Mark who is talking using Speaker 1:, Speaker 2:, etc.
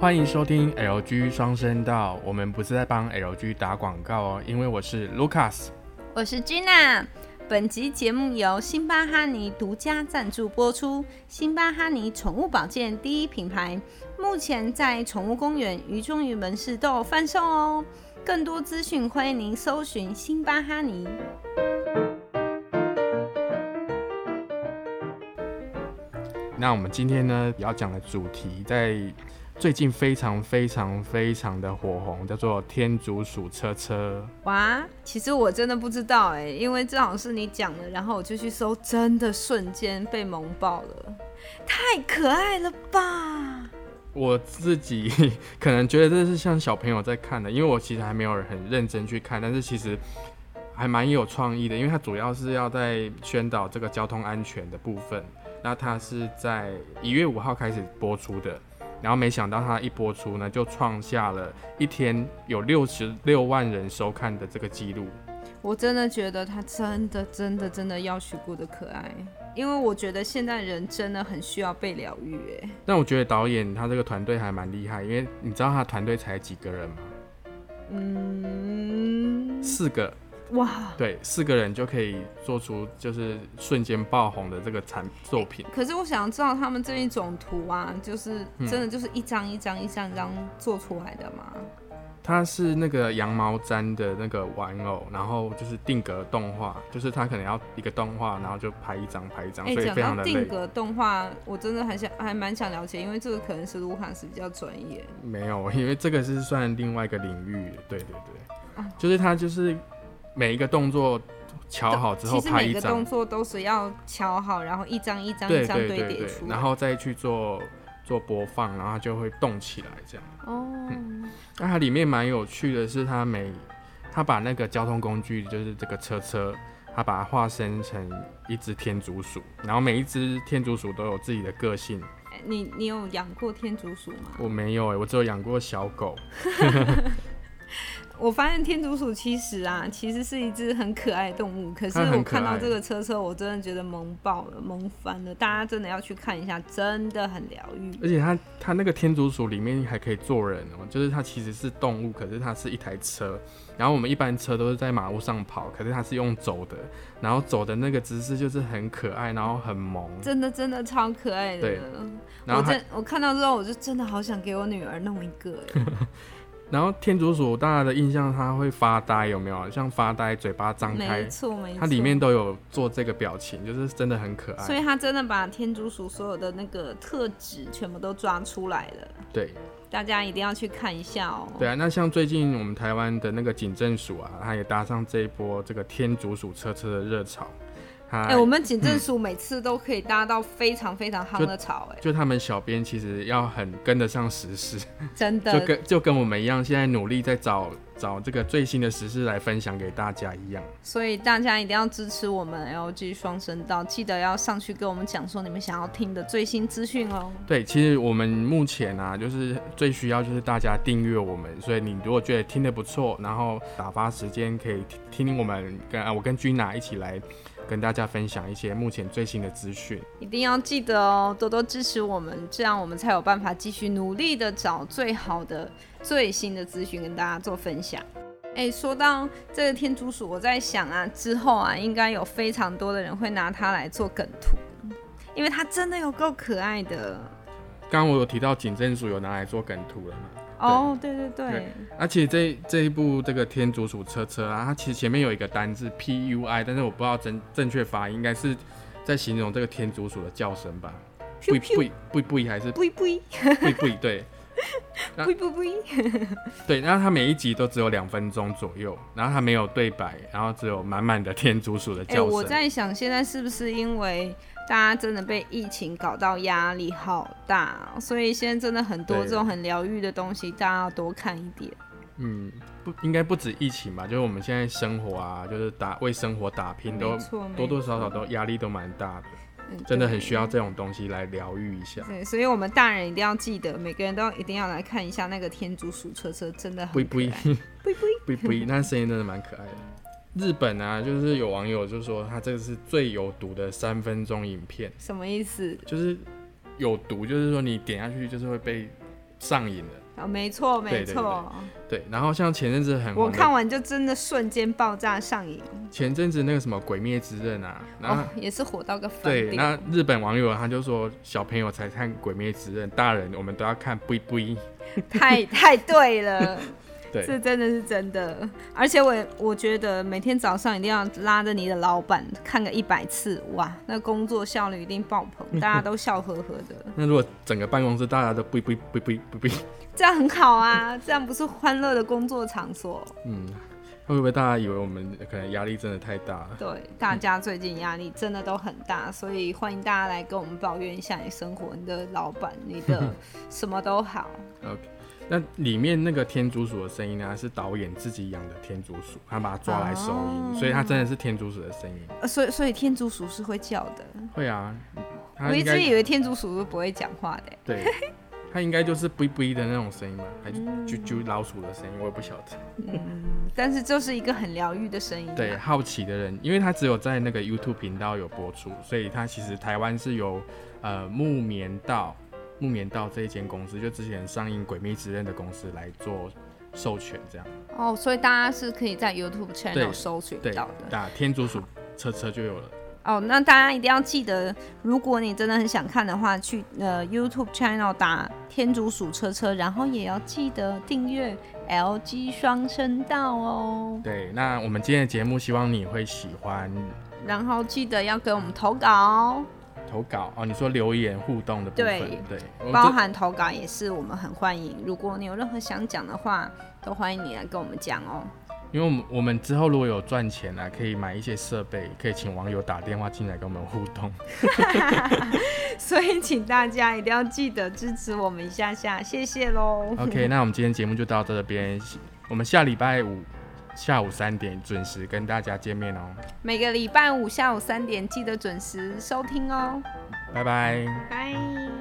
Speaker 1: 欢迎收听 LG 双声道，我们不是在帮 LG 打广告哦，因为我是 Lucas。
Speaker 2: 我是 Gina。本集节目由辛巴哈尼独家赞助播出。辛巴哈尼宠物保健第一品牌，目前在宠物公园、鱼中鱼门市都有贩售哦。更多资讯欢迎您搜寻辛巴哈尼。
Speaker 1: 那我们今天呢要讲的主题，在最近非常非常非常的火红，叫做天竺鼠车车。
Speaker 2: 哇，其实我真的不知道哎、因为这好像是你讲的，然后我就去搜，真的瞬间被萌爆了，太可爱了吧！
Speaker 1: 我自己 可能觉得这是像小朋友在看的，因为我其实还没有很认真去看，但是其实还蛮有创意的，因为它主要是要在宣导这个交通安全的部分。那它是在一月五号开始播出的，然后没想到它一播出呢，就创下了一天有六十六万人收看的这个记录。
Speaker 2: 我真的觉得它真的真的真的要许过的可爱，因为我觉得现代人真的很需要被疗愈哎。
Speaker 1: 但我觉得导演他这个团队还蛮厉害，因为你知道他团队才几个人吗？
Speaker 2: 嗯，
Speaker 1: 四个。
Speaker 2: 哇！
Speaker 1: 对，四个人就可以做出就是瞬间爆红的这个产作品。
Speaker 2: 可是我想知道他们这一种图啊，就是
Speaker 1: 嗯
Speaker 2: 真的就是一张一张一张一张做出来的吗？
Speaker 1: 它是那个羊毛毡的那个玩偶，然后就是定格动画，就是它可能要一个动画，然后就拍一张拍一张，
Speaker 2: 哎、
Speaker 1: 所以
Speaker 2: 讲
Speaker 1: 非常
Speaker 2: 到
Speaker 1: 的
Speaker 2: 定
Speaker 1: 累。
Speaker 2: 格动画，我真的还想还蛮想了解，因为这个可能是卢卡斯比较专业。
Speaker 1: 没有，因为这个是算另外一个领域。对对对
Speaker 2: 啊，
Speaker 1: 就是它就是每一个动作瞧好之后
Speaker 2: 其实
Speaker 1: 拍
Speaker 2: 每
Speaker 1: 一
Speaker 2: 个
Speaker 1: 张
Speaker 2: 动，作都是要敲好，然后一张一张一
Speaker 1: 对
Speaker 2: 张
Speaker 1: 对
Speaker 2: 堆
Speaker 1: 对
Speaker 2: 叠
Speaker 1: 对
Speaker 2: 出，来。
Speaker 1: 然后再去做做播放，然后它就会动起来这样。
Speaker 2: 哦，
Speaker 1: 那它里面蛮有趣的是，它每它啊把那个交通工具，就是这个车车，它把它化身成一只天竺鼠，然后每一只天竺鼠都有自己的个性。
Speaker 2: 哎你你有养过天竺鼠吗？
Speaker 1: 我没有哎、我只有养过小狗。
Speaker 2: 我发现天竺鼠其实啊，其实是一只很可爱的动物，可是
Speaker 1: 它很
Speaker 2: 我
Speaker 1: 可爱
Speaker 2: 看到这个车车，我真的觉得萌爆了，萌翻了。大家真的要去看一下，真的很疗愈。
Speaker 1: 而且它它那个天竺鼠里面还可以坐人哦、就是它其实是动物，可是它是一台车。然后我们一般车都是在马路上跑，可是它是用走的，然后走的那个姿势就是很可爱，然后很萌。
Speaker 2: 真的真的超可爱的
Speaker 1: 对，然后
Speaker 2: 我
Speaker 1: 它
Speaker 2: 真我看到之后，我就真的好想给我女儿弄一个哎。
Speaker 1: 然后天竺鼠大家的印象，它会发呆，有没有？像发呆，嘴巴张开
Speaker 2: 没，错没错，
Speaker 1: 它里面都有做这个表情，就是真的很可
Speaker 2: 所
Speaker 1: 爱。
Speaker 2: 以它真的把天竺鼠所有的那个特质全部都抓出来了，
Speaker 1: 对
Speaker 2: 大家一定要去看一下哦。
Speaker 1: 对啊，那像最近我们台湾的那个警政署啊，它也搭上这一波这个天竺鼠车车的热潮。它
Speaker 2: 哎、我们警政署每次都可以搭到非常非常夯的草哎、
Speaker 1: 就他们小编其实要很跟得上时事，
Speaker 2: 真的
Speaker 1: 就跟就跟我们一样，现在努力在找找这个最新的时事来分享给大家一样。
Speaker 2: 所以大家一定要支持我们 LG 双声道，记得要上去跟我们讲说你们想要听的最新资讯哦。
Speaker 1: 对，其实我们目前啊，就是最需要就是大家订阅我们，所以你如果觉得听得不错，然后打发时间可以听听我们跟啊我跟君娜一起来跟大家分享一些目前最新的资讯。
Speaker 2: 一定要记得哦，多多支持我们，这样我们才有办法继续努力的找最好的、最新的资讯跟大家做分享。哎，说到这个天竺鼠，我在想啊，之后啊，应该有非常多的人会拿它来做梗图，因为它真的有够可爱的
Speaker 1: 刚刚我有提到警政署有拿来做梗图了嘛？
Speaker 2: 哦。对对对，
Speaker 1: 对而且这这一部这个天竺鼠车车啊，它其实前面有一个单字 P U I，但是我不知道正正确发音，应该是在形容这个天竺鼠的叫声吧？不不不不还是
Speaker 2: 不不
Speaker 1: 不不对？那
Speaker 2: 不不不，
Speaker 1: 对，然后它每一集都只有两分钟左右，然后它没有对白，然后只有满满的 天竺鼠的
Speaker 2: 哎、
Speaker 1: 叫
Speaker 2: 我
Speaker 1: 声。
Speaker 2: 在想，现在是不是因为大家真的被疫情搞到压力好大哦，所以现在真的很多
Speaker 1: 对
Speaker 2: 这种很疗愈的东西，大家要多看一点。
Speaker 1: 嗯，不应该不止疫情吧？就是我们现在生活啊，就是打为生活打拼，都
Speaker 2: 没错，
Speaker 1: 多多
Speaker 2: 没错
Speaker 1: 少少都压力都蛮大的，
Speaker 2: 嗯
Speaker 1: 真的很
Speaker 2: 对
Speaker 1: 需要这种东西来疗愈一下。
Speaker 2: 对，所以我们大人一定要记得，每个人都一定要来看一下那个天竺鼠车车，真的
Speaker 1: 不
Speaker 2: 很可
Speaker 1: 不
Speaker 2: 爱。不不，
Speaker 1: 不不，那声音真的蛮可爱的。日本啊，就是有网友就说他这个是最有毒的三分钟影片，
Speaker 2: 什么意思？
Speaker 1: 就是有毒，就是说你点下去就是会被上瘾了。
Speaker 2: 啊，没错没
Speaker 1: 对对
Speaker 2: 错，
Speaker 1: 对，然后像前阵子很
Speaker 2: 我
Speaker 1: 红
Speaker 2: 看
Speaker 1: 的，
Speaker 2: 完就真的瞬间爆炸上瘾，
Speaker 1: 前阵子那个什么《鬼灭之刃》啊，然后、
Speaker 2: 哦，也是火到个翻
Speaker 1: 对，
Speaker 2: 顶。
Speaker 1: 那日本网友他就说，小朋友才看《鬼灭之刃》，大人我们都要看不不一。
Speaker 2: 太太对了，
Speaker 1: 对
Speaker 2: 这真的是真的。而且我我觉得每天早上一定要拉着你的老板看个一百次，哇，那工作效率一定爆棚，大家都笑呵呵的，
Speaker 1: 那如果整个办公室大家都不不不不不不，
Speaker 2: 这样很好啊，这样不是欢乐的工作场所。
Speaker 1: 嗯，会不会大家以为我们可能压力真的太大了？
Speaker 2: 对，大家最近压力真的都很大，所以欢迎大家来跟我们抱怨一下你生活、你的老板、你的 什么都好。
Speaker 1: 那里面那个天竺鼠的声音呢，是导演自己养的天竺鼠，他把它抓来收音，
Speaker 2: 哦
Speaker 1: 所以它真的是天竺鼠的声音。
Speaker 2: 呃所以，所以天竺鼠是会叫的。
Speaker 1: 会啊，它
Speaker 2: 我一
Speaker 1: 应
Speaker 2: 直
Speaker 1: 该
Speaker 2: 以为天竺鼠是不会讲话的欸、
Speaker 1: 对，它应该就是哔哔的那种声音吧，还是啾啾老鼠的声音，我也不晓得。
Speaker 2: 但是就是一个很疗愈的声音、啊。
Speaker 1: 对，好奇的人，因为它只有在那个 YouTube 频道有播出，所以它其实台湾是由呃木棉道木棉道这一间公司，就之前上映《鬼灭之刃》的公司来做授权这样。
Speaker 2: 哦，所以大家是可以在 YouTube channel
Speaker 1: 对
Speaker 2: 搜寻
Speaker 1: 对
Speaker 2: 到的。，
Speaker 1: 打天竺鼠车车就有了。
Speaker 2: 哦，那大家一定要记得，如果你真的很想看的话，去呃 YouTube channel 打天竺鼠车车，然后也要记得订阅 LG 双声道哦。
Speaker 1: 对，那我们今天的节目希望你会喜欢
Speaker 2: 然后记得要给我们投稿，哦
Speaker 1: 投稿哦。你说留言互动的部分，
Speaker 2: 对
Speaker 1: 对，我
Speaker 2: 包
Speaker 1: 这
Speaker 2: 含投稿也是我们很欢迎。如果你有任何想讲的话，都欢迎你来跟我们讲哦。
Speaker 1: 因为我们我们之后如果有赚钱啊，可以买一些设备，可以请网友打电话进来跟我们互动。
Speaker 2: 所以请大家一定要记得支持我们一下下，谢谢喽。
Speaker 1: OK，那我们今天节目就到这边，我们下礼拜五下午三点准时跟大家见面哦，
Speaker 2: 每个礼拜五下午三点记得准时收听哦，
Speaker 1: 拜拜。
Speaker 2: 拜。